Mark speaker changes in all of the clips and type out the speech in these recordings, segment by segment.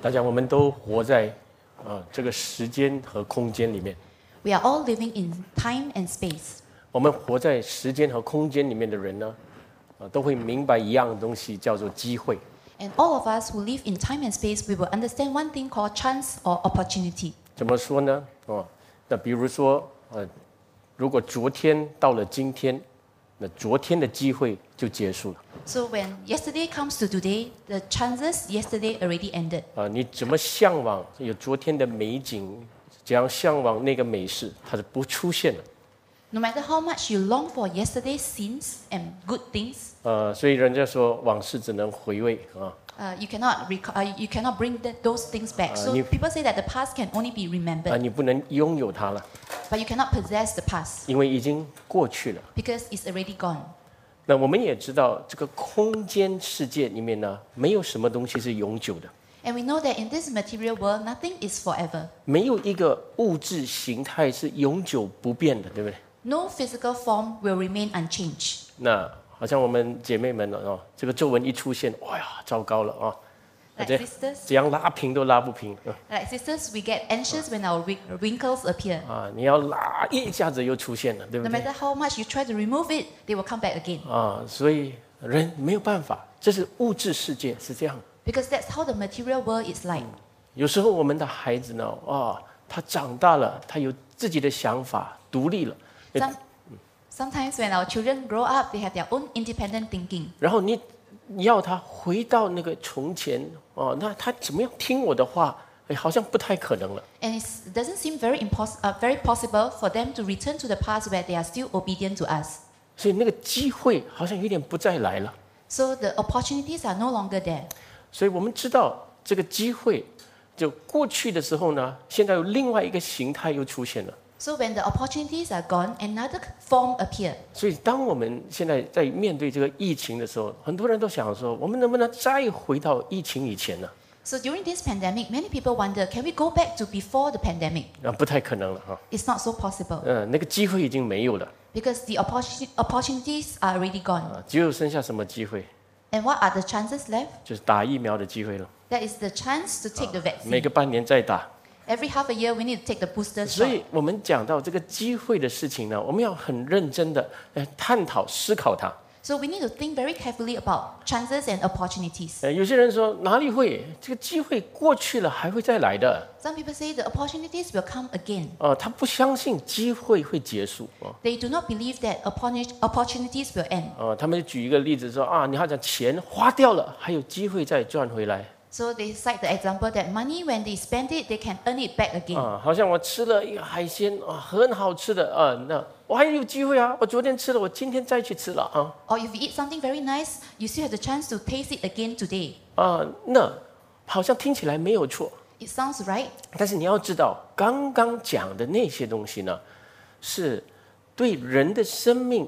Speaker 1: 大家我们都活在呃这个时间和空间里面，
Speaker 2: We are all living in time and space.
Speaker 1: 我们活在时间和空间里面的人呢，呃，都会明白一样东西，叫做机会。
Speaker 2: And all of us who live in time and space, we will understand one thing called chance or opportunity.
Speaker 1: 怎么说呢？哦，那比如说，呃，如果昨天到了今天，那昨天的机会就结束了。
Speaker 2: So when yesterday comes to today, the chances yesterday already ended.
Speaker 1: 啊，你怎么向往有昨天的美景？怎样向往那个美事？它是不出现的。
Speaker 2: No matter how much you long for yesterday's sins and good things,
Speaker 1: 呃，所以人家说往事只能回味啊。
Speaker 2: uh, you cannot reco- uh, you cannot bring that, those things back.
Speaker 1: Uh,
Speaker 2: so
Speaker 1: you-
Speaker 2: people say that the past can only be
Speaker 1: 啊、
Speaker 2: remembered,
Speaker 1: 你不能拥有它了，
Speaker 2: but you cannot possess the past
Speaker 1: 因为已经过去了。
Speaker 2: because it's already gone.
Speaker 1: 那我们也知道，这个空间世界里面呢，没有什么东西是永久的，
Speaker 2: And we know that in this material world, nothing is forever.
Speaker 1: 没有一个物质形态是永久不变的，对不对？
Speaker 2: No physical form will remain unchanged.
Speaker 1: 那好像我们姐妹们哦，这个皱纹一出现，哇呀，糟糕了啊！啊
Speaker 2: Like
Speaker 1: 这
Speaker 2: sisters,
Speaker 1: 怎样拉平都拉不平嗯
Speaker 2: like sisters, we get anxious when our wri- wrinkles appear.
Speaker 1: 啊！你要拉，一下子又出现了，对不
Speaker 2: No
Speaker 1: 对？
Speaker 2: matter how much you try to remove it, they will come back again.
Speaker 1: 啊，所以人没有办法，这是物质世界是这样。
Speaker 2: Because that's how the material world is like.
Speaker 1: 有时候我们的孩子呢，啊，他长大了，他有自己的想法，独立了，
Speaker 2: Some, sometimes when our children grow up, they have their own independent thinking.
Speaker 1: 然后你你要他回到那个从前哦，那他怎么样听我的话？哎，好像不太可能了。
Speaker 2: And it's- it doesn't seem very, impos- uh, very possible for them to return to the past where they are still obedient to us.
Speaker 1: 所以那个机会好像有点不再来了。
Speaker 2: So the opportunities are no longer there.
Speaker 1: 所以我们知道这个机会就过去的时候呢，现在有另外一个形态又出现了。
Speaker 2: So when the opportunities are gone, another form appear.
Speaker 1: 所以，当我们现在在面对这个疫情的时候，很多人都想说，我们能不能再回到疫情以前呢？
Speaker 2: So during this pandemic, many people wonder, can we go back to before the pandemic?
Speaker 1: 啊，不太可能了哈。
Speaker 2: It's not so possible
Speaker 1: 嗯，那个机会已经没有了
Speaker 2: because the opportuni- opportunities are already gone.
Speaker 1: 啊，只有剩下什么机会？
Speaker 2: And what are the chances left?
Speaker 1: 就是打疫苗的机会了。
Speaker 2: That is the chance to take the
Speaker 1: 每
Speaker 2: vaccine.
Speaker 1: 个半年再打。
Speaker 2: Every half a year, we need to take the booster
Speaker 1: 所
Speaker 2: shot.
Speaker 1: 以我们讲到这个机会的事情呢，我们要很认真的来探讨、思考它。
Speaker 2: So we need to think very carefully about chances and opportunities.
Speaker 1: 呃，有些人说哪里会？这个机会过去了还会再来的。
Speaker 2: Some people say the opportunities will come again.
Speaker 1: 呃，他不相信机会会结束啊。
Speaker 2: They do not believe that opportuni- opportunities will end.
Speaker 1: 呃，他们举一个例子说啊，你好像钱花掉了，还有机会再赚回来
Speaker 2: So they cite the example that money, when they spend it, they can earn it back again.
Speaker 1: 啊。好像我吃了一个海鲜啊，很好吃的啊，那我还有机会啊，我昨天吃了，我今天再去吃了啊
Speaker 2: Or if you eat something very nice, you still have the chance to taste it again today.
Speaker 1: 啊，那好像听起来没有错，
Speaker 2: It sounds right,
Speaker 1: 但是你要知道，刚刚讲的那些东西呢，是对人的生命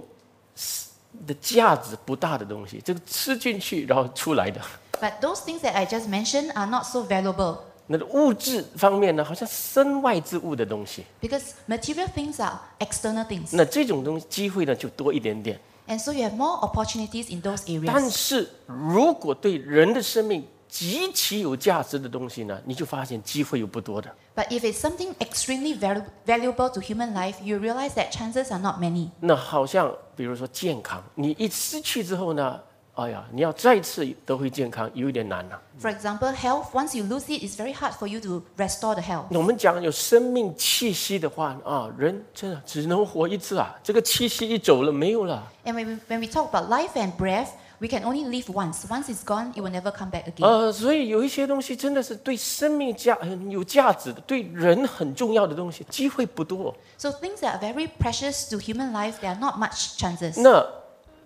Speaker 1: 的价值不大的东西，这个吃进去然后出来的。
Speaker 2: but those things that I just mentioned are not so valuable
Speaker 1: 那物质方面呢，好像身外之物的东西，
Speaker 2: because material things are external things.
Speaker 1: 那这种东西机会呢就多一点点。
Speaker 2: And so you have more opportunities in those
Speaker 1: 但
Speaker 2: areas.
Speaker 1: 是如果对人的生命极其有价值的东西呢，你就发现机会又不多的。
Speaker 2: But if it's something extremely valu- valuable to human life, you realize that chances are not many.
Speaker 1: 那好像比如说健康，你一失去之后呢，哎呀，你要再次得回健康有一点难了、啊
Speaker 2: For example, health, once you lose it, it's very hard for you to restore the health.
Speaker 1: 我们讲有生命气息的话啊，人真的只能活一次啊！这个气息一走了，没有了
Speaker 2: And when we, when we talk about life and breath, we can only live once. Once it's gone, it will never come back again.
Speaker 1: 呃，所以有一些东西真的是对生命价很有价值的，对人很重要的东西，机会不多。
Speaker 2: So things that are very precious to human life, there are not much chances.
Speaker 1: 那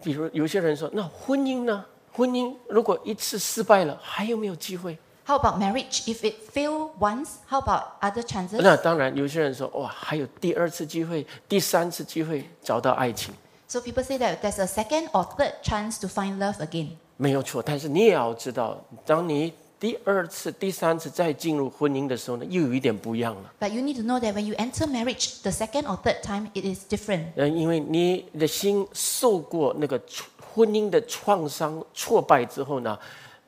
Speaker 1: 比如有些人说，那婚姻呢？婚姻如果一次失败了，还有没有机会？
Speaker 2: How about marriage? If it fail once, how about other chances?
Speaker 1: 那当然，有些人说哇，还有第二次机会、第三次机会找到爱情，
Speaker 2: So people say that there's a second or third chance to find love again.
Speaker 1: 没有错。但是你也要知道，当你第二次、第三次再进入婚姻的时候呢，又有一点不一样了。
Speaker 2: But you need to know that when you enter marriage, the second or third time, it is different.
Speaker 1: 呃，因为你的心受过那个挫婚姻的创伤、挫败之后呢，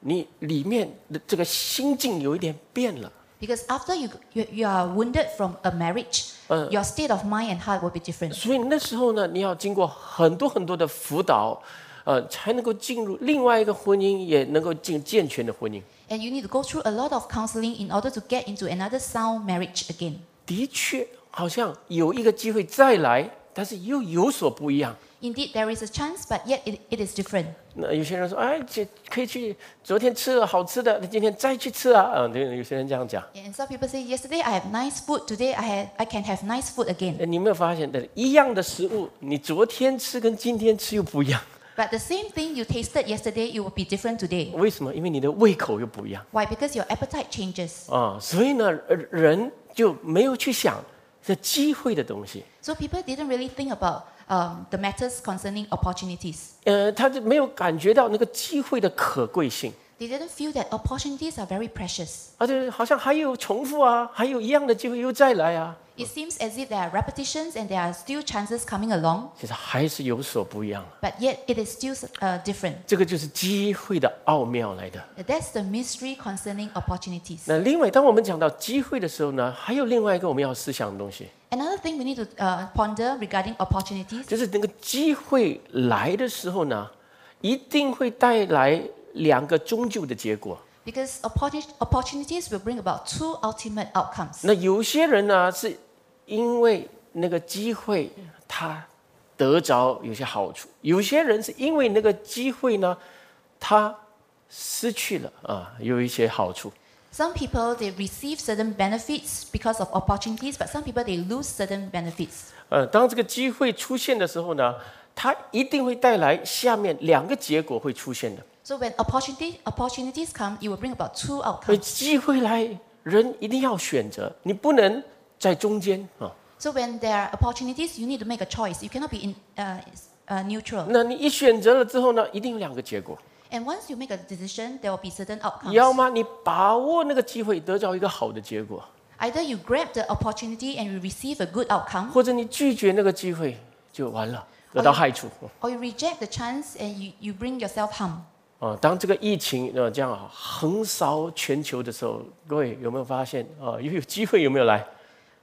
Speaker 1: 你里面的这个心境有一点变了。
Speaker 2: Because after you, you, you are wounded from a marriage,
Speaker 1: Uh.
Speaker 2: your state of mind and heart will be different.
Speaker 1: 所以那时候呢，你要经过很多很多的辅导，呃，才能够进入另外一个婚姻，也能够进健全的婚姻。
Speaker 2: And you need to go through a lot of counseling in order to get into another sound marriage again.
Speaker 1: 的确，好像有一个机会再来，但是又有所不一样。
Speaker 2: Indeed, there is a chance, but yet it, it is different.
Speaker 1: 那有些人说：“哎，这可以去，昨天吃了好吃的，那今天再去吃啊。”啊，对，有些人这样讲。
Speaker 2: And some people say, yesterday I have nice food, today I, had, I can have nice food again.
Speaker 1: 哎，你有没有发现的？一样的食物，你昨天吃跟今天吃又不一样，
Speaker 2: But the same thing you tasted yesterday, it will be different today.
Speaker 1: 为什么？因为你的胃口又不一样
Speaker 2: Why? Because your appetite changes.
Speaker 1: 啊、所以呢，呃人就没有去想这机会的东西。
Speaker 2: So people didn't really think about um, the matters concerning opportunities.
Speaker 1: 呃，他就没有感觉到那个机会的可贵性，
Speaker 2: They didn't feel that opportunities are very precious.
Speaker 1: 而且好像还有重复啊，还有一样的机会又再来啊，
Speaker 2: It seems as if there are repetitions and there are still chances coming along,
Speaker 1: 其实还是有所不一样。啊
Speaker 2: but yet it is still uh, different.
Speaker 1: 这个就是机会的奥妙来的。
Speaker 2: That's the mystery concerning opportunities.
Speaker 1: 那另外，当我们讲到机会的时候呢，还有另外一个我们要思想的东西，
Speaker 2: Another thing we need to uh, ponder regarding opportunities
Speaker 1: 就是那个机会来的时候呢，一定会带来两个终究的结果。
Speaker 2: Because opportuni- opportunities will bring about two ultimate outcomes.
Speaker 1: 那有些人呢，是因为那个机会他得着有些好处；有些人是因为那个机会呢，他失去了啊，有一些好处。
Speaker 2: Some people they receive certain benefits because of opportunities, but some people they lose certain benefits.
Speaker 1: 呃，当这个机会出现的时候呢，它一定会带来下面两个结果会出现的。
Speaker 2: So when opportunity opportunities come, it will bring about two
Speaker 1: 所以
Speaker 2: outcomes.
Speaker 1: 机会来，人一定要选择，你不能在中间啊。
Speaker 2: So when there are opportunities, you need to make a choice. You cannot be in, uh, uh, neutral.
Speaker 1: 那你一选择了之后呢，一定有两个结果，
Speaker 2: And once you make a decision, there will be certain outcomes.
Speaker 1: 要么你把握那个机会得着一个好的结果，
Speaker 2: Either you grab the opportunity and you receive a good outcome,
Speaker 1: 或者你拒绝那个机会就完了，得到害处。
Speaker 2: or you reject the chance and you, you bring yourself harm.
Speaker 1: 啊，当这个疫情呃这样啊横扫全球的时候，各位有没有发现啊？又有机会有没有来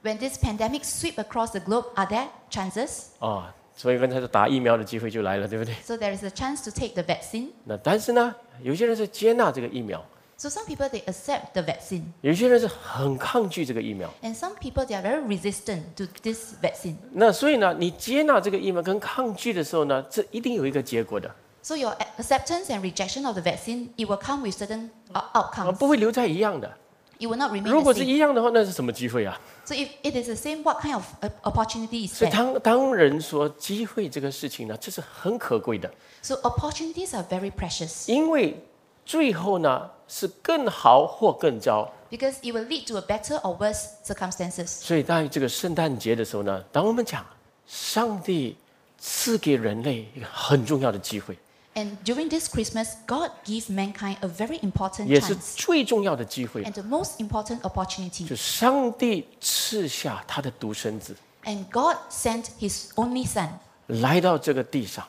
Speaker 2: When this pandemic sweep across the globe, are there chances?
Speaker 1: 啊？所以刚才说打疫苗的机会就来了，对不对？
Speaker 2: So there is a chance to take the vaccine.
Speaker 1: 那但是呢，有些人是接纳这个疫苗，
Speaker 2: So some people they accept the vaccine,
Speaker 1: 有些人是很抗拒这个疫苗。
Speaker 2: and some people they are very resistant to this vaccine.
Speaker 1: 那所以呢，你接纳这个疫苗跟抗拒的时候呢，这一定有一个结果的，
Speaker 2: So your a- acceptance and rejection of the vaccine, it will come with certain uh,
Speaker 1: 啊，
Speaker 2: outcomes.
Speaker 1: 不会留在一样的。
Speaker 2: It will not remain
Speaker 1: 如果
Speaker 2: the
Speaker 1: 是
Speaker 2: same.
Speaker 1: 一样的话，那是什么机会啊？
Speaker 2: So if it is the same, what kind of uh, opportunity is
Speaker 1: 所以
Speaker 2: there?
Speaker 1: 当当人说机会这个事情呢，这是很可贵的，
Speaker 2: So opportunities are very precious
Speaker 1: 因为最后呢是更好或更糟。
Speaker 2: because it will lead to a better or worse circumstances.
Speaker 1: 所以在这个圣诞节的时候呢，当我们讲上帝赐给人类一个很重要的机会，
Speaker 2: And during this Christmas, God give mankind a very important
Speaker 1: 也是
Speaker 2: chance
Speaker 1: 最重要的机会，
Speaker 2: and the most important opportunity.
Speaker 1: 就上帝赐下他的独生子
Speaker 2: And God sent His only Son
Speaker 1: 来到这个地上。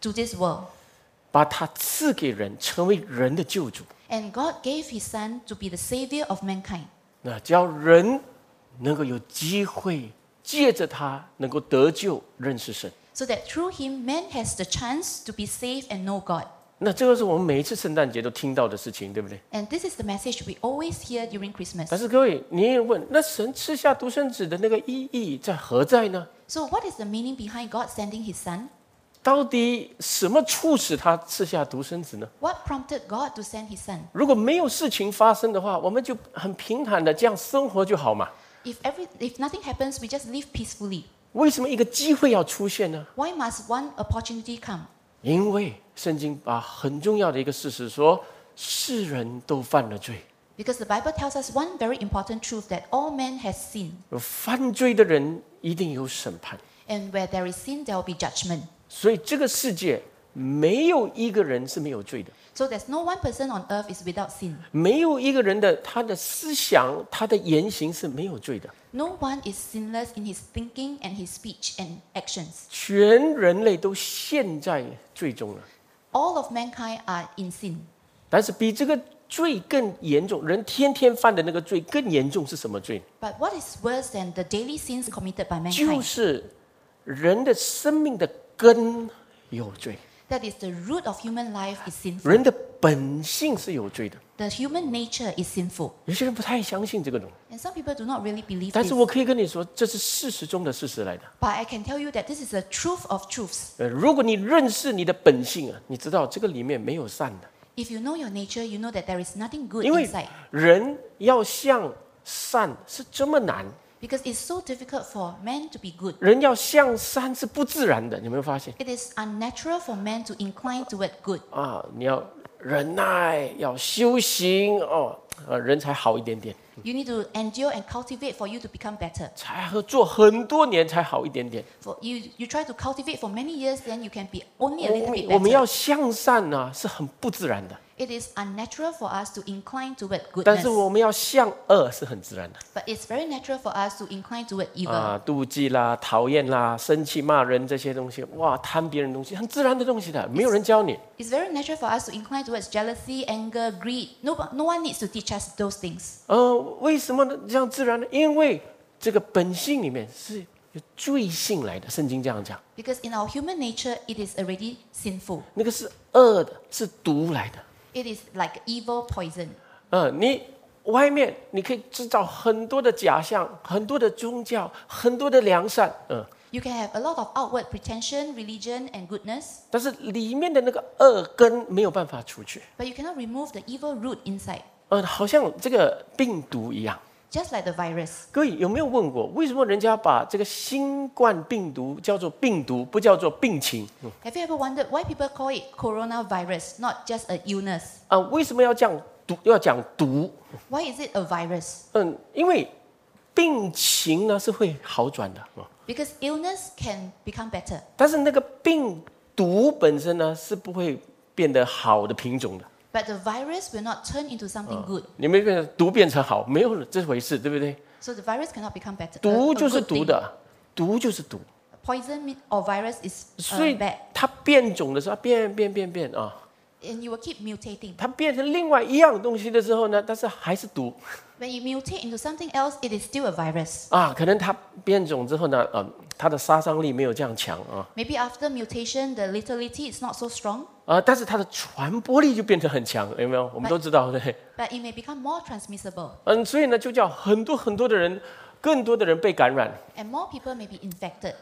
Speaker 2: to this world.
Speaker 1: 把它赐给人，成为人的救主。
Speaker 2: And God gave His Son to be the Savior of mankind.
Speaker 1: 那只要人能够有机会，借着他能够得救、认识神，
Speaker 2: So that through Him, man has the chance to be saved and know God.
Speaker 1: 那这个是我们每一次圣诞节都听到的事情，对不对？
Speaker 2: And this is the message we always hear during
Speaker 1: 但
Speaker 2: Christmas.
Speaker 1: 是各位，你也问，那神赐下独生子的那个意义在何在呢？
Speaker 2: So, what is the meaning behind God sending His Son?
Speaker 1: 到底什么促使他赐下独生子呢？
Speaker 2: What prompted God to send His Son?
Speaker 1: 如果没有事情发生的话，我们就很平坦的这样生活就好嘛。
Speaker 2: If, every, if nothing happens, we just live peacefully.
Speaker 1: 为什么一个机会要出现呢？
Speaker 2: Why must one opportunity come?
Speaker 1: 因为圣经把很重要的一个事实说，世人都犯了罪，
Speaker 2: Because the Bible tells us one very important truth that all men has sinned.
Speaker 1: 有犯罪的人一定有审判，
Speaker 2: And where there is sin, there will be judgment.
Speaker 1: 所以这个世界没有一个人是没有罪的，
Speaker 2: So there's no one person on earth is without sin.
Speaker 1: 没有一个人的他的思想、他的言行是没有罪的，
Speaker 2: No one is sinless in his thinking and his speech and actions.
Speaker 1: 全人类都陷在罪中了。
Speaker 2: All of mankind are in sin.
Speaker 1: 但是比这个罪更严重，人天天犯的那个罪更严重是什么罪？
Speaker 2: But what is worse than the daily sins committed by
Speaker 1: 就
Speaker 2: mankind?
Speaker 1: 是人的生命的根有罪，
Speaker 2: That is the root of human life is sinful.
Speaker 1: 人的本性是有罪的。
Speaker 2: The human nature is sinful.
Speaker 1: 有些人不太相信这个东西，
Speaker 2: And some people do not really believe
Speaker 1: 但
Speaker 2: this.
Speaker 1: 是我可以跟你说，这是事实中的事实来的。
Speaker 2: But I can tell you that this is the truth of truths.
Speaker 1: 呃，如果你认识你的本性啊，你知道这个里面没有善的，
Speaker 2: If you know your nature, you know that there is nothing good
Speaker 1: 因为
Speaker 2: inside.
Speaker 1: 人要向善是这么难，
Speaker 2: Because it's so difficult for man to be good.
Speaker 1: 人要向善是不自然的，你有没有发现
Speaker 2: It is unnatural for man to incline toward good.
Speaker 1: 啊？你要忍耐，要修行哦，呃，人才好一点点，
Speaker 2: You need to endure and cultivate for you to become better.
Speaker 1: 才和做很多年才好一点点。
Speaker 2: For you, you try to cultivate for many years, then you can be only a
Speaker 1: 我
Speaker 2: little bit
Speaker 1: 们我们要
Speaker 2: better.
Speaker 1: 向善呢、是很不自然的，
Speaker 2: It is unnatural for us to incline toward
Speaker 1: 但是
Speaker 2: goodness.
Speaker 1: 我们要向恶是很自然的
Speaker 2: But it's very natural for us to incline toward evil.
Speaker 1: 啊，妒忌啦、讨厌啦、生气、骂人这些东西，哇，贪别人东西，很自然的东西的，没有人教你。
Speaker 2: It's very natural for us to incline towards jealousy, anger, greed. No, no one needs to teach us those things.
Speaker 1: 呃，为什么呢？这样自然呢？因为这个本性里面是有罪性来的，圣经这样讲，
Speaker 2: Because in our human nature, it is already sinful.
Speaker 1: 那个是恶的，是毒来的。
Speaker 2: It is like evil poison.
Speaker 1: 呃，你外面你可以制造很多的假象，很多的宗教，很多的良善，嗯、
Speaker 2: You can have a lot of outward pretension, religion, and goodness,
Speaker 1: 但是里面的那个恶根没有办法除去。
Speaker 2: but you cannot remove the evil root inside,
Speaker 1: 嗯、好像这个病毒一样。
Speaker 2: just like the virus.
Speaker 1: 各位有没有问过，为什么人家把这个新冠病毒叫做病毒，不叫做病情？嗯
Speaker 2: Have you ever wondered why people call it coronavirus, not just a illness?
Speaker 1: 啊、为什么要这样毒？要讲毒？
Speaker 2: Why is it a virus?
Speaker 1: 嗯，因为病情呢是会好转的，嗯
Speaker 2: Because illness can become better,
Speaker 1: 但是那个病毒本身呢是不会变得好的品种的。
Speaker 2: but the virus will not turn into something good.
Speaker 1: 你们变成毒变成好，没有这回事，对不对？
Speaker 2: So the virus cannot become better. a-
Speaker 1: 毒
Speaker 2: a
Speaker 1: 就是
Speaker 2: good
Speaker 1: 毒
Speaker 2: thing.
Speaker 1: 的，毒就是毒，
Speaker 2: Poison mean- or virus is
Speaker 1: 所
Speaker 2: uh,
Speaker 1: 以
Speaker 2: bad,
Speaker 1: 它变种的时候它变变变变啊，
Speaker 2: and you will keep mutating.
Speaker 1: 它变成另外一样东西的时候呢，但是还是毒
Speaker 2: When you mutate into something else, it is still a virus.
Speaker 1: 啊。可能它变种之后呢，呃，它的杀伤力没有这样强啊，
Speaker 2: Maybe after mutation, the lethality is not so strong.
Speaker 1: 啊，但是它的传播力就变得很强，有没有？我们都知道，对。
Speaker 2: but it may become more transmissible
Speaker 1: 嗯，所以呢，就叫很多很多的人，更多的人被感染。
Speaker 2: and more people may be infected.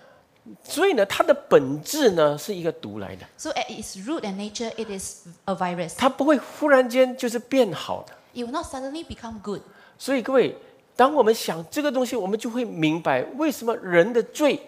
Speaker 1: 所以呢，它的本质呢是一个毒来的，
Speaker 2: So at its root and nature, it is a virus.
Speaker 1: 它不会忽然间就是变好的。
Speaker 2: It will not suddenly become good.
Speaker 1: 所以各位，当我们想这个东西，我们就会明白为什么人的罪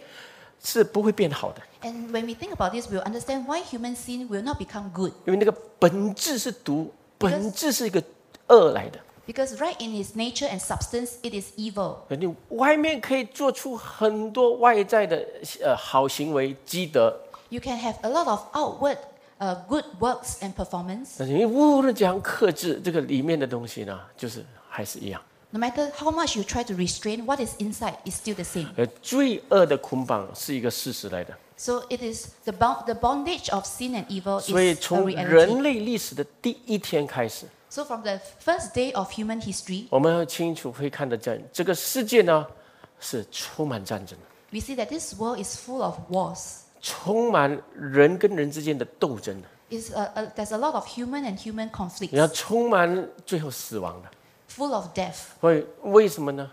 Speaker 1: 是不会变好的，
Speaker 2: And when we think about this, we'll understand why human sin will not become good.
Speaker 1: 因为那个本质是毒，本质是一个恶来的。
Speaker 2: Because right in its nature and substance, it is evil.
Speaker 1: 你外面可以做出很多外在的呃好行为积德，
Speaker 2: You can have a lot of outward uh, good works and performance.
Speaker 1: 但是你无论怎样克制这个里面的东西呢，就是还是一样。
Speaker 2: No matter how much you try to restrain, what is inside is still the same.
Speaker 1: 呃，罪恶的捆绑是一个事实来的，
Speaker 2: So it is the, bound, the bondage of sin and evil
Speaker 1: 所以
Speaker 2: is a
Speaker 1: 从
Speaker 2: reality.
Speaker 1: 人类历史的第一天开始，
Speaker 2: So from the first day of human history,
Speaker 1: 我们要清楚会看得见，这个世界呢是充满战争的，
Speaker 2: we see that this world is full of wars.
Speaker 1: 充满人跟人之间的斗争的，
Speaker 2: It's a, a, there's a lot of human and human
Speaker 1: 然
Speaker 2: conflicts,
Speaker 1: 后充满最后死亡的。
Speaker 2: full of death.
Speaker 1: 为为什么呢？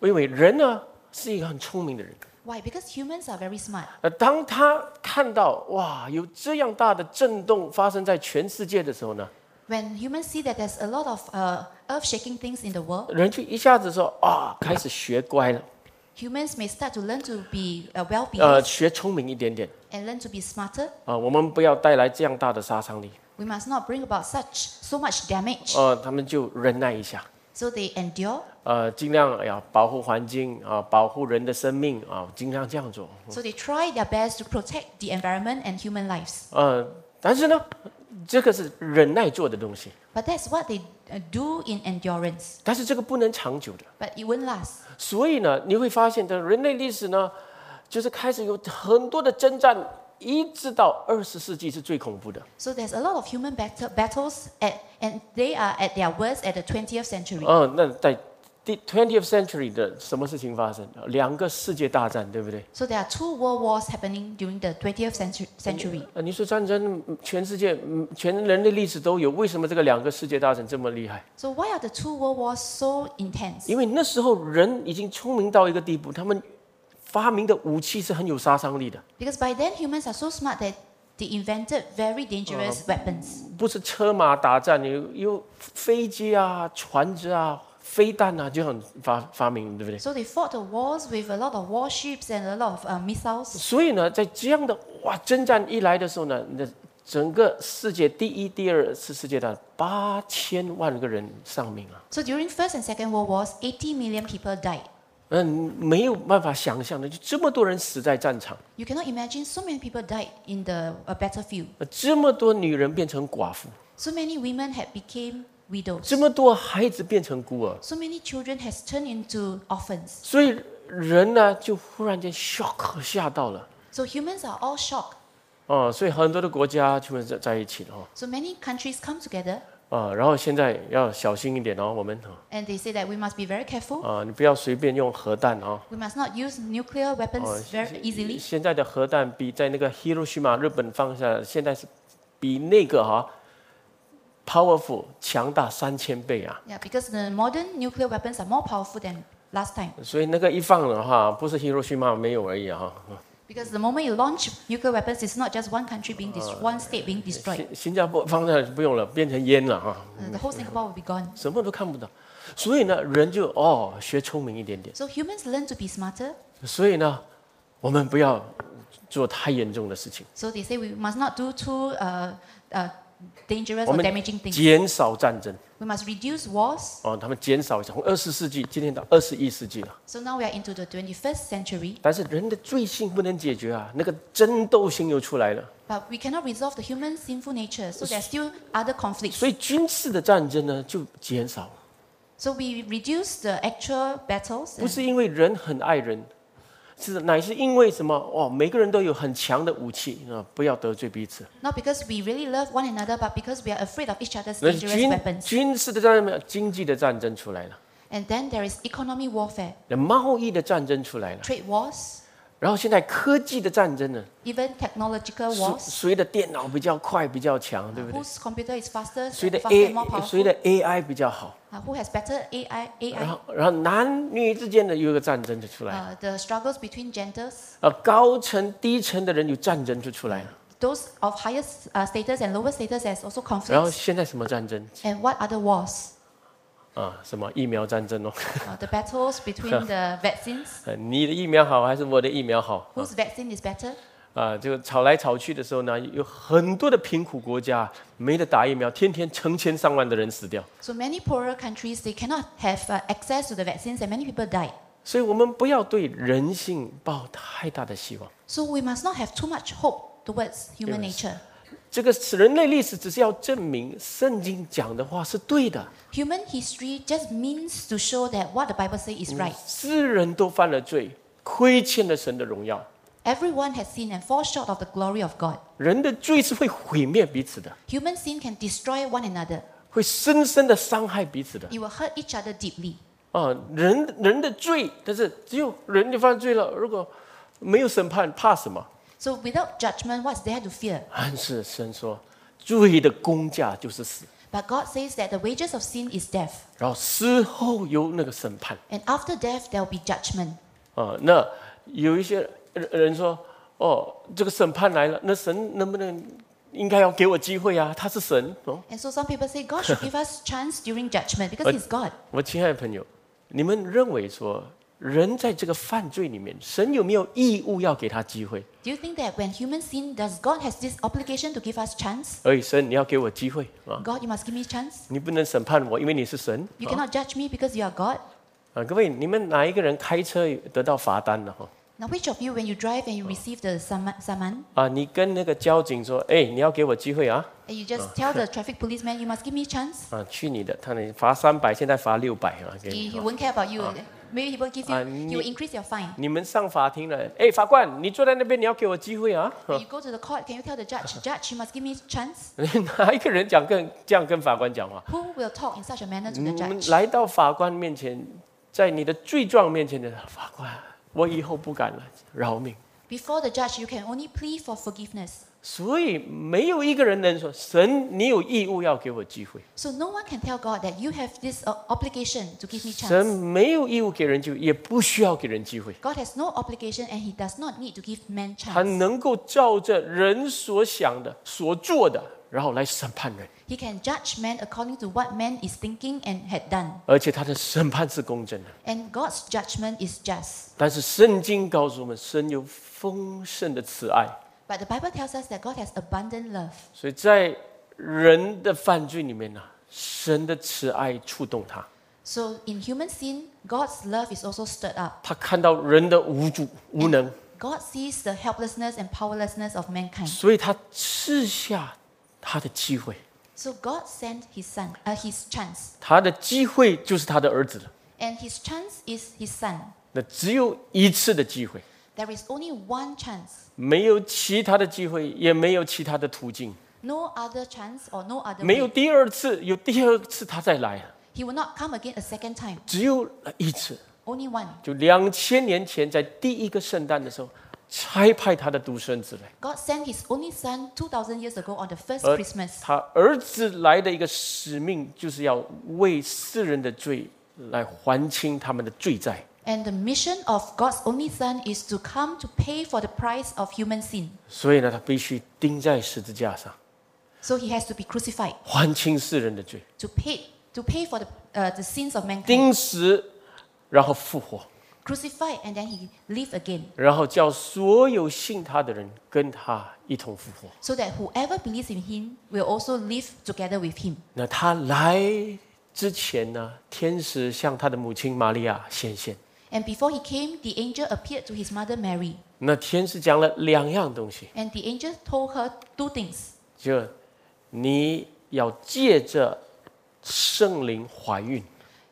Speaker 1: 因为人呢是一个很聪明的人，
Speaker 2: Why? Because humans are very smart.
Speaker 1: 呃，当他看到哇有这样大的震动发生在全世界的时候呢，
Speaker 2: When humans see that there's a lot of uh, earth shaking things in the world,
Speaker 1: 人就一下子说啊，开始学乖了，
Speaker 2: humans may start to learn to be uh, well behaved
Speaker 1: 呃，学聪明一点点。
Speaker 2: and learn to be smarter.
Speaker 1: 啊、我们不要带来这样大的杀伤力。
Speaker 2: We must not bring about such so much damage.
Speaker 1: 呃，他们就忍耐一下，
Speaker 2: So they endure,
Speaker 1: 呃，尽量哎呀保护环境啊、保护人的生命啊、尽量这样做。
Speaker 2: so they try their best to protect the environment and human lives.
Speaker 1: 呃，但是呢，这个是忍耐做的东西，
Speaker 2: But that's what they uh, do in endurance.
Speaker 1: 但是这个不能长久的。
Speaker 2: But it won't last.
Speaker 1: 所以呢，你会发现在人类历史呢，就是开始有很多的征战，一直到二十世纪是最恐怖的，
Speaker 2: So there's a lot of human battle, battles, at, and they are at their worst at the 20th century.
Speaker 1: 嗯，那在第 twentieth century 的什么事情发生？两个世界大战，对不对？
Speaker 2: So there are two world wars happening during the 20th century. century.
Speaker 1: 啊，你说战争，嗯全世界，嗯全人类历史都有，为什么这个两个世界大战这么厉害？
Speaker 2: So why are the two world wars so intense?
Speaker 1: 因为那时候人已经聪明到一个地步，他们发明的武器是很有杀伤力的，
Speaker 2: Because by then humans are so smart that they invented very dangerous weapons.
Speaker 1: 不是车马打仗，有有飞机啊、船只啊、飞弹啊，就很发发明，对不对？
Speaker 2: So they fought the wars with a lot of warships and a lot of uh, missiles.
Speaker 1: 所以呢，在这样的哇征战一来的时候呢，那整个世界第一、第二次世界大战，八千万个人丧命啊！
Speaker 2: So during First and Second World Wars, 80 million people died.
Speaker 1: 嗯，没有办法想象的，就这么多人死在战场，
Speaker 2: You cannot imagine so many people died in the uh, battlefield.
Speaker 1: 呃这么多女人变成寡妇，
Speaker 2: So many women had became widows.
Speaker 1: 这么多孩子变成孤儿，
Speaker 2: So many children has turned into orphans.
Speaker 1: 所以人呢就忽然间 shock 吓到了
Speaker 2: So humans are all shocked.
Speaker 1: 哦、所以很多的国家全部在在一起了哦
Speaker 2: So many countries come together
Speaker 1: 啊、然后现在要小心一点哦，我们啊
Speaker 2: and they say that we must be very careful.
Speaker 1: 啊、你不要随便用核弹哦。
Speaker 2: We must not use nuclear
Speaker 1: 哦
Speaker 2: weapons very easily.
Speaker 1: 现在的核弹比在那个 Hiroshima 日本放下，现在是比那个哈、powerful 强大三千倍啊！
Speaker 2: Yeah, because the modern nuclear weapons are more powerful than last time.
Speaker 1: 所以那个一放的话，不是 Hiroshima 没有而已啊。
Speaker 2: Because the moment you launch nuclear weapons, it's not just one country being destroyed, one state being destroyed.
Speaker 1: 新新加坡放下不用了，变成烟了啊，
Speaker 2: Uh, the whole Singapore will be gone.
Speaker 1: 什么都看不到。所以呢，人就哦学聪明一点点。
Speaker 2: So humans learn to be smarter.
Speaker 1: 所以呢，我们不要做太严重的事情，
Speaker 2: So they say we must not do too uh, uh, dangerous
Speaker 1: 我
Speaker 2: or
Speaker 1: 们
Speaker 2: damaging things.
Speaker 1: 减少战争
Speaker 2: We must reduce wars.
Speaker 1: 哦，他们减少一下，从二十世纪今天到二十一世纪了。
Speaker 2: So now we are into the 21st century,
Speaker 1: 但是人的罪性不能解决啊，那个争斗心又出来了。
Speaker 2: but we cannot resolve the human sinful nature. So there are still other conflicts.
Speaker 1: 所以军事的战争呢就减少了，
Speaker 2: So we reduce the actual battles.
Speaker 1: 不
Speaker 2: And
Speaker 1: 是因为人很爱人，是乃是因为什么？哦，每个人都有很强的武器啊、不要得罪彼此。
Speaker 2: not because we really love one another, but because we are afraid of each other's
Speaker 1: 那
Speaker 2: dangerous
Speaker 1: 军
Speaker 2: weapons.
Speaker 1: 军事的战争、经济的战争出来了，
Speaker 2: And then there is economic warfare,
Speaker 1: 那贸易的战争出来了，
Speaker 2: trade wars,
Speaker 1: 然后现在科技的战争呢，
Speaker 2: even technological
Speaker 1: 谁
Speaker 2: wars.
Speaker 1: 谁的电脑比较快、比较强，对不对？
Speaker 2: Whose computer is faster,
Speaker 1: 谁的
Speaker 2: faster, more
Speaker 1: A 谁
Speaker 2: powerful?
Speaker 1: 的 AI 比较好？
Speaker 2: Uh, who has better AI?
Speaker 1: 然
Speaker 2: AI.
Speaker 1: 后然后男女之间的又有一个战争就出来了。
Speaker 2: Uh, the struggles between genders,
Speaker 1: 呃，高层低层的人有战争就出来
Speaker 2: 嗯
Speaker 1: 了，
Speaker 2: those of higher uh, status and lower status, there's also
Speaker 1: 然后
Speaker 2: conflicts.
Speaker 1: 现在什么战争
Speaker 2: And what other wars?
Speaker 1: 啊？什么疫苗战争哦？
Speaker 2: Uh, the battles between the vaccines.
Speaker 1: 呃你的疫苗好还是我的疫苗好？
Speaker 2: Whose vaccine is better?
Speaker 1: 啊，就吵来吵去的时候呢，有很多的贫苦国家没得打疫苗，天天成千上万的人死掉。
Speaker 2: So many poorer countries they cannot have uh, access to the vaccines, and many people die.
Speaker 1: 所以我们不要对人性抱太大的希望。
Speaker 2: So we must not have too much hope towards human
Speaker 1: Yes.
Speaker 2: nature.
Speaker 1: 这个人类历史只是要证明圣经讲的话是对的，
Speaker 2: Human history just means to show that what the Bible says is right.
Speaker 1: 世人都犯了罪，亏欠了神的荣耀。
Speaker 2: Everyone has sinned and fall short of the glory of God.
Speaker 1: 人的罪是会毁灭彼此的，
Speaker 2: Human sin can destroy one another.
Speaker 1: 会深深的伤害彼此的。
Speaker 2: It will hurt each other deeply.
Speaker 1: 啊，人人的罪，但是只有人就犯罪了。如果没有审判，怕什么？
Speaker 2: So without judgment, what's there to fear?
Speaker 1: 但是神说，罪的工价就是死，
Speaker 2: But God says that the wages of sin is death,
Speaker 1: 然后事后有那个审判。
Speaker 2: and after death there will be judgment.
Speaker 1: 啊，那有一些人说，哦，这个审判来了，那神能不能应该要给我机会啊？他是神哦，
Speaker 2: And so some people say God should give us chance during judgment because
Speaker 1: But-
Speaker 2: He's God.
Speaker 1: 我亲爱的朋友，你们认为说，人在这个犯罪里面，神有没有义务要给他机会？
Speaker 2: Do you think that when humans sin, does God has this obligation to give us chance?
Speaker 1: 哎，神，你要给我机会啊！
Speaker 2: God, you must give me chance.
Speaker 1: 你不能审判我，因为你是神。
Speaker 2: You
Speaker 1: 啊
Speaker 2: cannot judge me because you are God.
Speaker 1: 啊，各位，你们哪一个人开车得到罚单了哈？哦
Speaker 2: Now, which of you, when you drive and you receive the saman, saman
Speaker 1: 啊，你跟那个交警说，哎，你要给我机会啊！
Speaker 2: and you just tell the traffic policeman, you must give me chance,
Speaker 1: 啊，去你的！他那罚三百，现在罚六百啊，给
Speaker 2: he,
Speaker 1: 你
Speaker 2: he。won't care about you. Maybe he will give you,
Speaker 1: Ah,
Speaker 2: he will increase your fine.
Speaker 1: 你们上法庭了，哎，法官，你坐在那边，你要给我机会啊！
Speaker 2: When you go to the court, can you tell the judge, judge, you must give me chance?
Speaker 1: 哪一个人讲跟这样跟法官讲话？
Speaker 2: Who will talk in such a manner to
Speaker 1: 你
Speaker 2: the
Speaker 1: 们
Speaker 2: judge?
Speaker 1: 来到法官面前，在你的罪状面前的法官，我以后不敢了，饶命！
Speaker 2: Before the judge, you can only plead for forgiveness.
Speaker 1: 所以没有一个人能说神，你有义务要给我机会。
Speaker 2: So no one can tell God that you have this uh, obligation to give me
Speaker 1: 神
Speaker 2: chance.
Speaker 1: 没有义务给人机会，也不需要给人机会。
Speaker 2: God has no obligation and he does not need to give man
Speaker 1: 他
Speaker 2: chance.
Speaker 1: 能够照着人所想的、所做的，然后来审判人，
Speaker 2: He can judge man according to what man is thinking and had done.
Speaker 1: 而且他的审判是公正的。
Speaker 2: And God's judgment is just.
Speaker 1: 但是圣经告诉我们，神有丰盛的慈爱，
Speaker 2: But the Bible tells us that God has abundant love.
Speaker 1: 所以在人的犯罪里面呢、啊神的慈爱触动他，
Speaker 2: So in human sin, God's love is also stirred up.
Speaker 1: 他看到人的无助、无能，
Speaker 2: God sees the helplessness and powerlessness of mankind.
Speaker 1: 所以他赐下他的机会，
Speaker 2: So God sent his son, uh, his chance.
Speaker 1: 他的机会就是他的儿子了。
Speaker 2: And his chance is his son.
Speaker 1: 那只有一次的机会，
Speaker 2: There is only one chance.
Speaker 1: 没有其他的机会，也没有其他的途径。
Speaker 2: No other chance or no other
Speaker 1: 没有
Speaker 2: way.
Speaker 1: 第二次，有第二次他再来，啊
Speaker 2: He will not come again a second time.
Speaker 1: 只有一次。
Speaker 2: Only one.
Speaker 1: 就两千年前，在第一个圣诞的时候，差派他的独生子来，
Speaker 2: God sent his only son 2,000 years ago on the first
Speaker 1: 而
Speaker 2: Christmas.
Speaker 1: 他儿子来的一个使命，就是要为世人的罪来还清他们的罪债。
Speaker 2: And the mission of God's only son is to come to pay for the price of human sin.
Speaker 1: 所以呢，他必须钉在十字架上，
Speaker 2: So he has to be crucified
Speaker 1: 还清世人的罪，
Speaker 2: to pay, to pay for the, uh, the sins of mankind.
Speaker 1: 钉死，然后复活，
Speaker 2: Crucified and then he lived again.
Speaker 1: 然后叫所有信他的人跟他一同复活。
Speaker 2: so that whoever believes in him will also live together with him.
Speaker 1: 那他来之前呢，天使向他的母亲玛利亚显现。
Speaker 2: And before he came, the angel appeared to his mother Mary,
Speaker 1: 那天使讲了两样东西，
Speaker 2: and the angel told her two things.
Speaker 1: 就你要借着圣灵怀孕，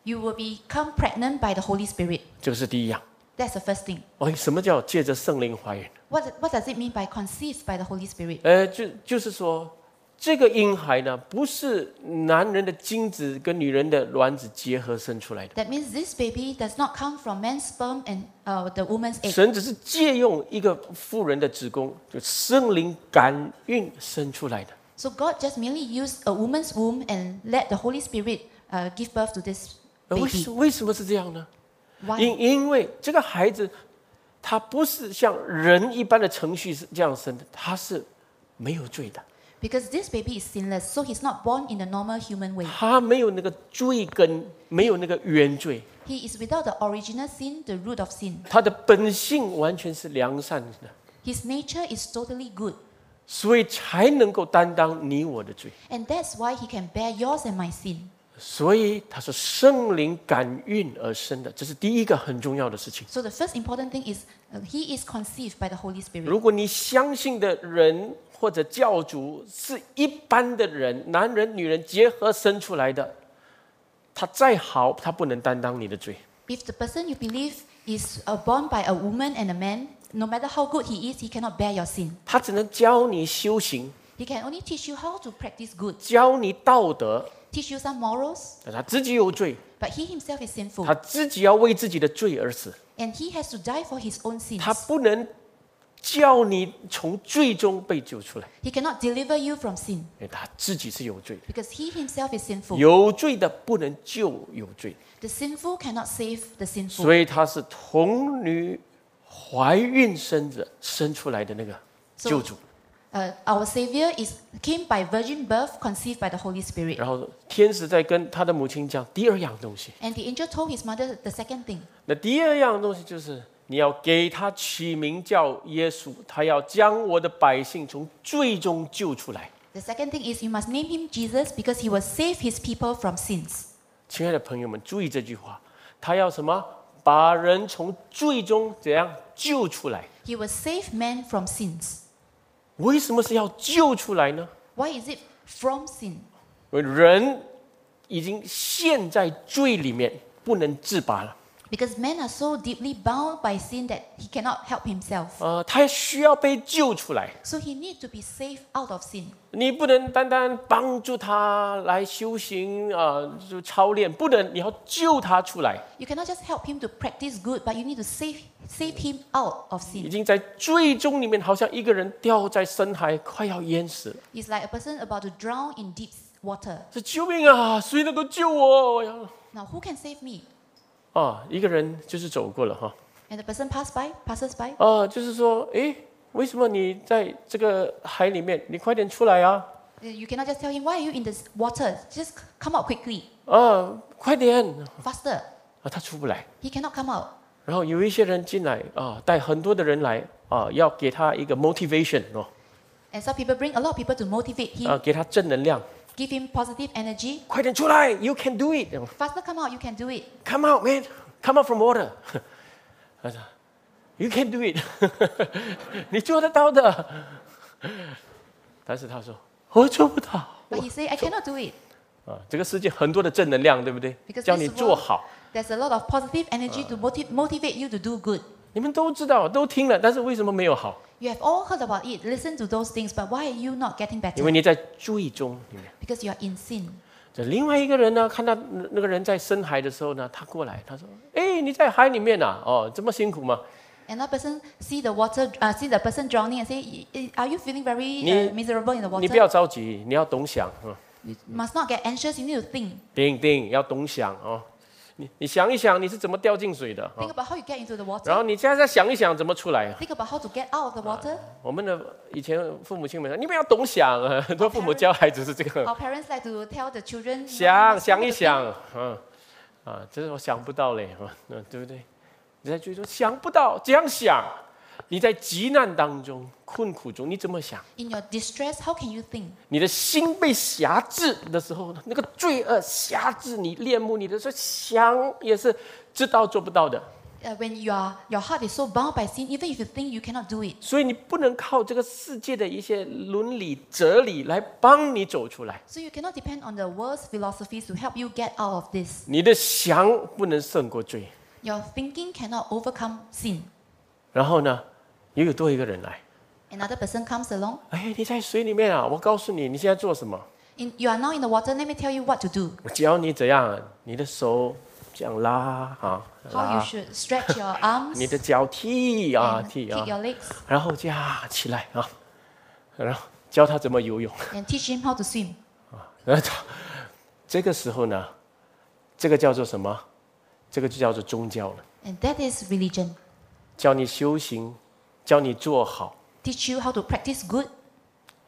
Speaker 2: You will become pregnant by the Holy Spirit.
Speaker 1: 这个是第一样。
Speaker 2: That's the first thing.
Speaker 1: 哦，什么叫借着圣灵怀孕？
Speaker 2: What, what does it mean by conceived by the Holy Spirit?
Speaker 1: 呃，就就是说，这个婴孩呢，不是男人的精子跟女人的卵子结合生出来的，
Speaker 2: That means this baby does not come from man's sperm and uh, the woman's egg.
Speaker 1: 神只是借用一个妇人的子宫，就圣灵感孕生出来的。
Speaker 2: So God just merely used a woman's womb and let the Holy Spirit uh, give birth to this
Speaker 1: 那为
Speaker 2: baby.
Speaker 1: 什为什么是这样呢？
Speaker 2: Why?
Speaker 1: 因因为这个孩子，他不是像人一般的程序是这样生的，他是没有罪的，
Speaker 2: Because this baby is sinless, so he's not born in the normal human way.
Speaker 1: 他没有那个罪根，没有那个原罪，
Speaker 2: He is without the original sin, the root of sin.
Speaker 1: 他的本性完全是良善的，
Speaker 2: His nature is totally good,
Speaker 1: 所以才能够担当你我的罪。
Speaker 2: and that's why he can bear yours and my sin.
Speaker 1: 所以他说圣灵感孕而生的，这是第一个很重要的事情。
Speaker 2: So the first important thing is uh, he is conceived by the Holy Spirit.
Speaker 1: 如果你相信的人或者教主是一般的人，男人女人结合生出来的，他再好，他不能担当你的罪。
Speaker 2: If the person you believe is uh, born by a woman and a man, no matter how good he is, he cannot bear your sin.
Speaker 1: 他只能教你修行，
Speaker 2: He can only teach you how to practice good,
Speaker 1: 教你道德，
Speaker 2: teach you some morals,
Speaker 1: 但他自己有罪，
Speaker 2: but he himself is sinful,
Speaker 1: 他自己要为自己的罪而死，
Speaker 2: and he has to die for his own sins.
Speaker 1: 他不能叫你从罪中被救出来，
Speaker 2: He cannot deliver you from sin
Speaker 1: 因为他自己是有罪的，
Speaker 2: because he himself is sinful.
Speaker 1: 有罪的不能救有罪，
Speaker 2: The sinful cannot save the sinful.
Speaker 1: 所以他是童女怀孕生者生出来的那个
Speaker 2: 所以
Speaker 1: 救主，
Speaker 2: Uh, our Savior is came by virgin birth, conceived by the Holy Spirit.
Speaker 1: 然后天使在跟他的母亲讲第二样东西，
Speaker 2: And the angel told his mother the second thing.
Speaker 1: 那第二样东西就是你要给他起名叫耶稣，他要将我的百姓从最终救出来。
Speaker 2: The second thing is you must name him Jesus because he will save his people from sins.
Speaker 1: 亲爱的朋友们，注意这句话，他要什么？把人从最终怎样救出来？
Speaker 2: He will save man from sins.
Speaker 1: 为什么是要救出来呢？
Speaker 2: Why is it from sin?
Speaker 1: 因为人已经陷在罪里面，不能自拔了。
Speaker 2: Because men are so deeply bound by sin that he cannot help himself.
Speaker 1: 呃，他需要被救出来。
Speaker 2: So he needs to be saved out of sin.
Speaker 1: 你不能单单帮助他来修行啊、呃就操练，不能，你要救他出来。
Speaker 2: You cannot just help him to practice good, but you need to save, save him out of
Speaker 1: 已
Speaker 2: sin.
Speaker 1: 经在最终里面，好像一个人掉在深海，快要淹死了。
Speaker 2: It's like a person about to drown in deep water.
Speaker 1: 这救命啊！谁能够救我？我要
Speaker 2: Now, who can save me?
Speaker 1: 啊，一个人就是走过了哈。
Speaker 2: And the person pass by, passes by.
Speaker 1: 啊，就是说，诶，为什么你在这个海里面？你快点出来啊！
Speaker 2: eh, You cannot just tell him, why are you in this water? Just c- come out quickly,
Speaker 1: 啊，快点！
Speaker 2: faster.
Speaker 1: 啊，他出不来。
Speaker 2: He cannot come out.
Speaker 1: 然后有一些人进来啊，带很多的人来啊，要给他一个 motivation 哦，
Speaker 2: And some people bring a lot of people to motivate him,
Speaker 1: 啊，给他正能量，
Speaker 2: give him positive energy.
Speaker 1: 快点出来，You can do it，哦
Speaker 2: Faster come out, you can do it.
Speaker 1: Come out, man. Come out from water. You can do it. 你做得到的。但是他说我做不到
Speaker 2: But he say, I cannot do it.
Speaker 1: 啊！这个世界很多的正能量，对不对
Speaker 2: Because？
Speaker 1: 叫你
Speaker 2: this world-
Speaker 1: 做好，
Speaker 2: There's a lot of positive energy to motiv- motivate you to do good.
Speaker 1: 你们都知道，都听了，但是为什么没有好？
Speaker 2: You have all heard about it, listen to those things, but why are you not getting
Speaker 1: 因为
Speaker 2: better?
Speaker 1: 你在最终里面。
Speaker 2: Because you are in sin.
Speaker 1: 这另外一个人呢，看到那个人在深海的时候呢，他过来，他说：“哎，你在海里面呐、哦，这么辛苦吗？
Speaker 2: Another person see the water, uh, see the person drowning and say, "Y- y- Are you feeling very uh,
Speaker 1: 你-
Speaker 2: miserable in the
Speaker 1: 你不
Speaker 2: water?
Speaker 1: 要着急，你要懂想，嗯，
Speaker 2: You must not get anxious. You need to think.
Speaker 1: 定定要懂想哦。你你想一想，你是怎么掉进水的？哦
Speaker 2: Think about how you get into the
Speaker 1: 然
Speaker 2: water.
Speaker 1: 后你现在再想一想怎么出来。
Speaker 2: Think about how to get out of the water.
Speaker 1: 我们的以前父母亲们说，你们要懂想，啊， 很多父母教孩子是这个，
Speaker 2: Our parents like to tell the children, "No, you
Speaker 1: 想
Speaker 2: must
Speaker 1: 想
Speaker 2: know
Speaker 1: 一
Speaker 2: the
Speaker 1: 想，嗯啊，这是我想不到嘞，啊嗯，对不对？你在追说想不到，这样想，你在急难当中、困苦中，你怎么想？
Speaker 2: thing." In your distress, how can you think?
Speaker 1: 你的心被辖制的时候，那个罪恶辖制你、恋慕你的时候，想也是知道做不到的，
Speaker 2: Uh, when you are, your heart is so bound by sin, even if you think, you cannot do it.
Speaker 1: 所以你不能靠这个世界的一些伦理、哲理来帮你走出来。
Speaker 2: So you cannot depend on the world's philosophies to help you get out of this.
Speaker 1: 你的想不能胜过罪。
Speaker 2: Your thinking cannot overcome sin.
Speaker 1: 然后呢，又有多一个人来，
Speaker 2: Another person comes along.
Speaker 1: 哎，你在水里面啊！我告诉你，你现在做什么？
Speaker 2: In, you are now in the water. Let me tell you what to do.
Speaker 1: 我教你怎样，你的手这样拉啊
Speaker 2: How you
Speaker 1: 拉，
Speaker 2: should stretch your arms
Speaker 1: 你的脚踢啊
Speaker 2: and
Speaker 1: 踢
Speaker 2: kick
Speaker 1: 啊，
Speaker 2: your legs
Speaker 1: 然后架起来啊，然后教他怎么游泳。
Speaker 2: and teach him how to swim.
Speaker 1: 然后他 这个时候呢，这个叫做什么？这个就叫做宗教了，
Speaker 2: And that is religion.
Speaker 1: 教你修行，教你做好。
Speaker 2: Teach you how to practice good,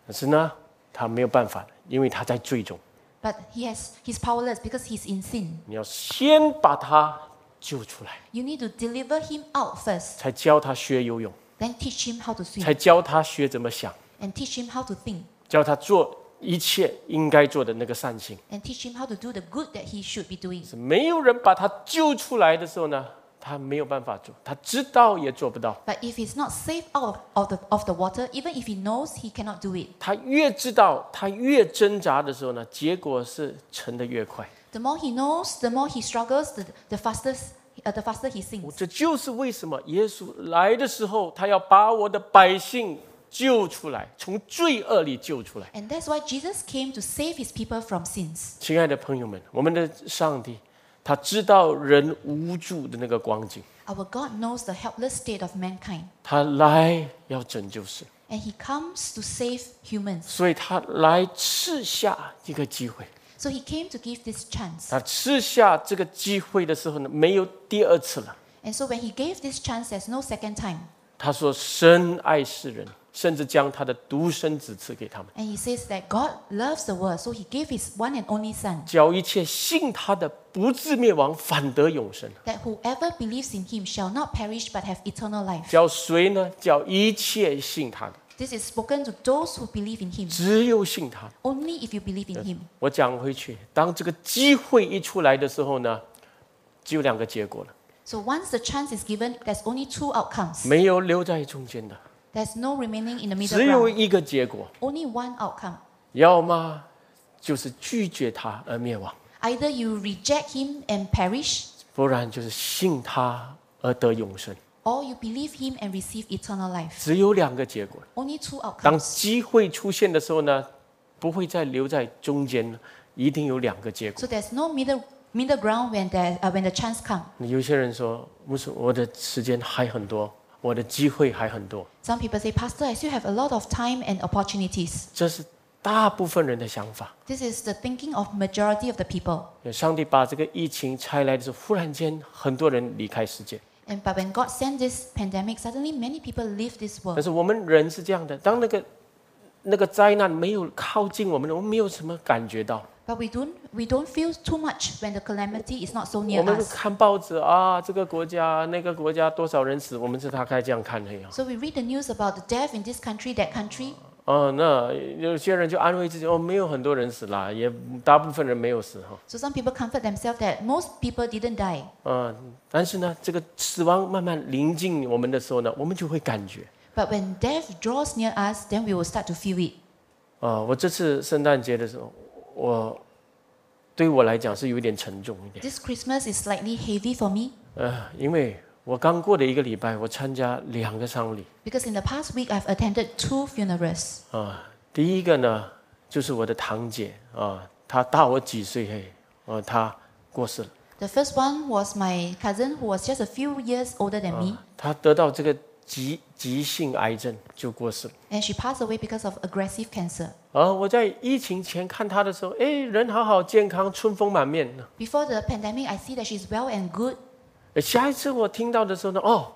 Speaker 1: 可是呢，他没有办法，因为他在最终。
Speaker 2: but he has he's powerless because he's in sin.
Speaker 1: 你要先把他救出来，
Speaker 2: You need to deliver him out first,
Speaker 1: 才教他学游泳，
Speaker 2: then teach him how to swim
Speaker 1: 才教他学怎么想，
Speaker 2: and teach him how to think
Speaker 1: 教他做一切应该做的那个善行。
Speaker 2: and teach him how to do the good that he should be doing.
Speaker 1: 是没有人把他救出来的时候呢，他没有办法做，他知道也做不到。
Speaker 2: But if he's not safe out of, of, the, of the water, even if he knows he cannot do it,
Speaker 1: 他越知道，他越挣扎的时候呢，结果是沉得越快。
Speaker 2: the more he knows, the more he struggles, the, the, fastest, uh, the faster he
Speaker 1: 我
Speaker 2: sinks.
Speaker 1: 这就是为什么耶稣来的时候，他要把我的百姓救出来，从罪恶里救出来。
Speaker 2: And that's why Jesus came to save his people from sins.
Speaker 1: 亲爱的朋友们，我们的上帝，他知道人无助的那个光景，
Speaker 2: Our God knows the helpless state of mankind,
Speaker 1: 他来要拯救世，
Speaker 2: and he comes to save humans.
Speaker 1: 所以他来赐下一个机会。
Speaker 2: So he came to give this chance.
Speaker 1: 他赐下这个机会的时候呢，没有第二次了。
Speaker 2: And so when he gave this chance, there's no second time.
Speaker 1: 他说：“深爱世人，甚至将他的独生子赐给他们，
Speaker 2: And he says that God loves the world, so he gave his one and only Son,
Speaker 1: 叫一切信他的不至灭亡，反得永生。
Speaker 2: that whoever believes in him shall not perish but have eternal life.
Speaker 1: 叫谁呢？叫一切信他的，
Speaker 2: This is spoken to those who believe in him.
Speaker 1: 只有信他的。”
Speaker 2: Only if you believe in him.
Speaker 1: 我讲回去，当这个机会一出来的时候呢，只有两个结果了，
Speaker 2: So once the chance is given, there's only two outcomes.
Speaker 1: 没有留在中间的，
Speaker 2: There's no remaining in the middle
Speaker 1: 只有
Speaker 2: ground.
Speaker 1: 一个结果，
Speaker 2: Only one outcome.
Speaker 1: 要么就是拒绝他而灭亡，
Speaker 2: Either you reject him and perish,
Speaker 1: 不然就是信他而得永生。
Speaker 2: or you believe him and receive eternal life.
Speaker 1: 只有两个结果。
Speaker 2: Only two
Speaker 1: 当
Speaker 2: outcomes.
Speaker 1: 机会出现的时候呢，不会再留在中间了，一定有两个结果。
Speaker 2: So there's no middle middle ground when there uh, when the chance comes.
Speaker 1: 有些人说，牧师，我的时间还很多，我的机会还很多，
Speaker 2: Some people say, Pastor, I still have a lot of time and opportunities.
Speaker 1: 这是大部分人的想法。
Speaker 2: This is the thinking of majority of the people.
Speaker 1: 上帝把这个疫情拆来的时候，忽然间很多人离开世界。
Speaker 2: And but when God sent this pandemic, suddenly many people leave this
Speaker 1: 但
Speaker 2: world.
Speaker 1: 是我们人是这样的，当那个那个灾难没有靠近我们的，我们没有什么感觉到。
Speaker 2: But we don't we don't feel too much when the calamity is not so
Speaker 1: 我
Speaker 2: near
Speaker 1: 们
Speaker 2: us.
Speaker 1: 看报纸啊，这个国家那个国家多少人死，我们是大概这样看啊的呀。
Speaker 2: So we read the news about the death in this country, that country.
Speaker 1: 哦，那有些人就安慰自己，哦，没有很多人死啦，也大部分人没有死哈。
Speaker 2: So some people comfort themselves that most people didn't die.
Speaker 1: 嗯，但是呢，这个死亡慢慢临近我们的时候呢，我们就会感觉，
Speaker 2: But when death draws near us, then we will start to feel it.
Speaker 1: 啊、我这次圣诞节的时候，我对我来讲是有一点沉重一点，
Speaker 2: This Christmas is slightly heavy for me
Speaker 1: 呃，因为我刚过的一个礼拜，我参加两个丧礼，
Speaker 2: because in the past week I've attended two funerals.
Speaker 1: 啊、第一个呢就是我的堂姐啊、她大我几岁嘿，呃，她过世了，
Speaker 2: The first one was my cousin who was just a few years older than me,
Speaker 1: 她得到这个急急性癌症就过世了。
Speaker 2: and she passed away because of aggressive cancer.
Speaker 1: 啊，我在疫情前看他的时候，哎，人好好，健康，春风满面。
Speaker 2: Before the pandemic, I see that she's well and good.
Speaker 1: 哎下一次我听到的时候呢，哦，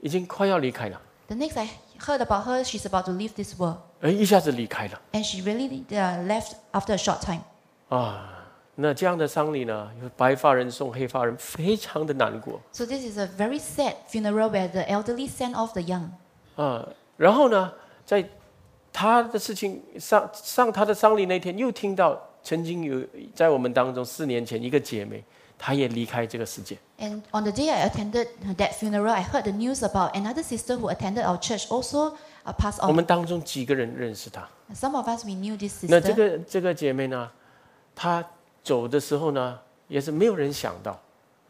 Speaker 1: 已经快要离开了，
Speaker 2: The next I heard about her, she's about to leave this world,
Speaker 1: 哎，一下子离开了
Speaker 2: and she really uh, left after a short time.
Speaker 1: 啊。那这样的丧礼呢，有白发人送黑发人，非常的难过
Speaker 2: So this is a very sad funeral where the elderly send off the young.
Speaker 1: 啊。然后呢，在他的事情上上他的丧礼那天，又听到曾经有在我们当中四年前一个姐妹，她也离开这个世界。
Speaker 2: And on the day I attended that funeral, I heard the news about another sister who attended our church also uh, passed
Speaker 1: 我
Speaker 2: on.
Speaker 1: 们当中几个人认识她？
Speaker 2: Some of us we knew this
Speaker 1: 那这
Speaker 2: sister.
Speaker 1: 个这个姐妹呢，她走的时候呢，也是没有人想到，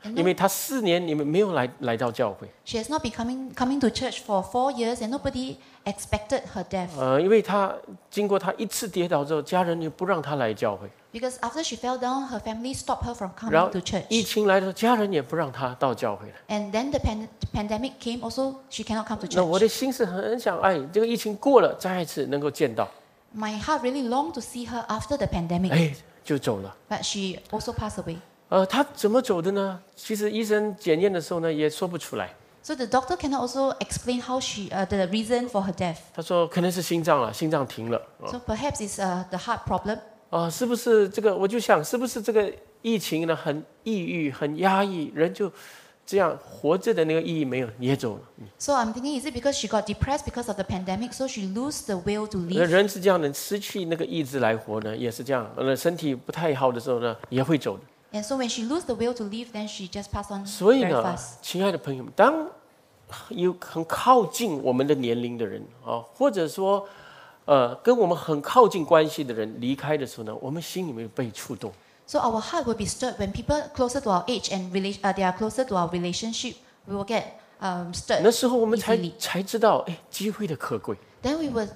Speaker 2: And
Speaker 1: 因
Speaker 2: no,
Speaker 1: 为她四年你们没有来来到教会，
Speaker 2: she has not been coming coming to church for four years, and nobody expected her death
Speaker 1: 呃，因为她经过她一次跌倒之后，家人又不让她来教会，
Speaker 2: because after she fell down, her family stopped her from
Speaker 1: 然
Speaker 2: coming
Speaker 1: 后
Speaker 2: to
Speaker 1: 疫
Speaker 2: church.
Speaker 1: 情来的时候，家人也不让她到教会了。
Speaker 2: And then the pan- pandemic came, also she cannot come to
Speaker 1: 那我
Speaker 2: church.
Speaker 1: 的心是很想，哎，这个疫情过了，再一次能够见到，
Speaker 2: My heart really longed to see her after the pandemic,
Speaker 1: 哎，就走了。
Speaker 2: but she also passed away.
Speaker 1: 呃，她怎么走的呢？其实医生检验的时候呢，也说不出来。
Speaker 2: So the doctor cannot also explain how she uh, the reason for her death.
Speaker 1: 他说可能是心脏了，心脏停了。啊
Speaker 2: So perhaps it's uh, the heart problem.
Speaker 1: 啊，是不是这个？我就想，是不是这个疫情呢，很抑郁，很压抑，人就这样活着的那个意义没有，也走了。
Speaker 2: So I'm thinking, is it because she got depressed because of the pandemic, so she lose the will to
Speaker 1: 那
Speaker 2: live?
Speaker 1: 人是这样的，失去那个意志来活呢，也是这样。那身体不太好的时候呢，也会走的。
Speaker 2: And so when she lose the will to live, then she just passed on
Speaker 1: 所以
Speaker 2: 嗯 very
Speaker 1: 呢
Speaker 2: fast.，
Speaker 1: 亲爱的朋友们，当有很靠近我们的年龄的人啊，或者说，呃，跟我们很靠近关系的人离开的时候呢，我们心里面被触动。
Speaker 2: So our heart will be stirred when people closer to our age and rela- uh, they are closer to our relationship. We will get um, stirred.
Speaker 1: 那时候我们才
Speaker 2: easily.
Speaker 1: 才知道，哎，机会的可贵。
Speaker 2: Then we will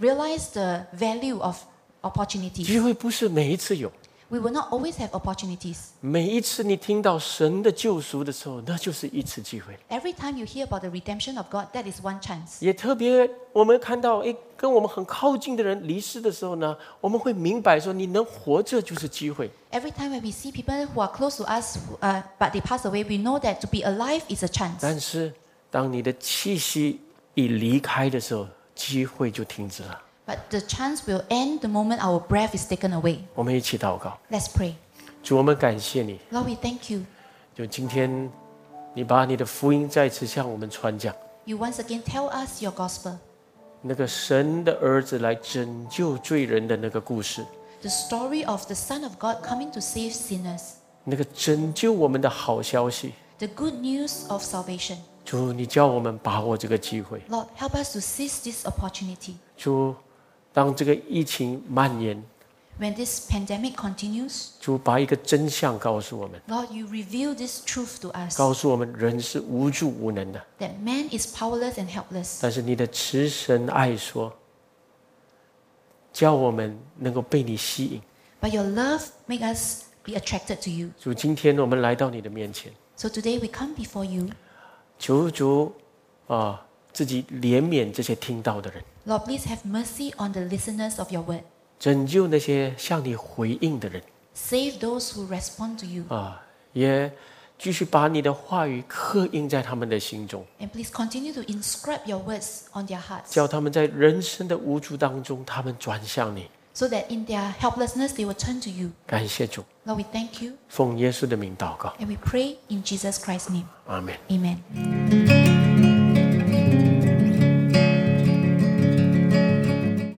Speaker 2: realize the value of opportunities.
Speaker 1: 机会不是每一次有。
Speaker 2: We will not always have opportunities.
Speaker 1: 每一次你听到神的救赎的时候，那就是一次机会。
Speaker 2: Every time you hear about the redemption of God, that is one chance.
Speaker 1: 也特别，我们看到，哎，跟我们很靠近的人离世的时候呢，我们会明白说，你能活着就是机会。
Speaker 2: Every time when we see people who are close to us, who- uh, but they pass away, we know that to be alive is a chance.
Speaker 1: 但是，当你的气息一离开的时候，机会就停止了。
Speaker 2: But the chance will end the moment our breath is taken away.
Speaker 1: 我们一起祷告，
Speaker 2: Let's pray.
Speaker 1: 主，我们感谢你，
Speaker 2: Lord, we thank you.
Speaker 1: 就今天，你把你的福音再次向我们传讲，
Speaker 2: You once again tell us your gospel,
Speaker 1: 那个神的儿子来拯救罪人的那个故事，
Speaker 2: the story of the Son of God coming to save sinners,
Speaker 1: 那个拯救我们的好消息。
Speaker 2: the good news of salvation.
Speaker 1: 主，你叫我们把握这个机会。
Speaker 2: Lord, help us to seize this opportunity.
Speaker 1: 主，当这个疫情蔓延，
Speaker 2: When this pandemic continues,
Speaker 1: 主把一个真相告诉我们，
Speaker 2: Lord, you reveal this truth to us
Speaker 1: 告诉我们人是无助无能的。
Speaker 2: that man is powerless and helpless.
Speaker 1: 但是你的慈神爱说，叫我们能够被你吸引。
Speaker 2: But your love make us be attracted to you.
Speaker 1: 主，今天我们来到你的面前，
Speaker 2: So today we come before you.
Speaker 1: 求主啊、自己怜悯这些听到的人，
Speaker 2: Lord, please have mercy on the listeners of your word.
Speaker 1: 拯救那些向你回应的人
Speaker 2: Save those who respond to you.
Speaker 1: 啊、也继续把你的话语刻印在他们的心中，
Speaker 2: And please continue to inscribe your words on their hearts
Speaker 1: 叫他们在人生的无助当中，他们转向你。
Speaker 2: so that in their helplessness they will turn to you.
Speaker 1: 感谢主，
Speaker 2: Lord, we thank you
Speaker 1: 奉耶稣的名祷告，
Speaker 2: and we pray in Jesus Christ's name.
Speaker 1: 阿门。
Speaker 2: Amen.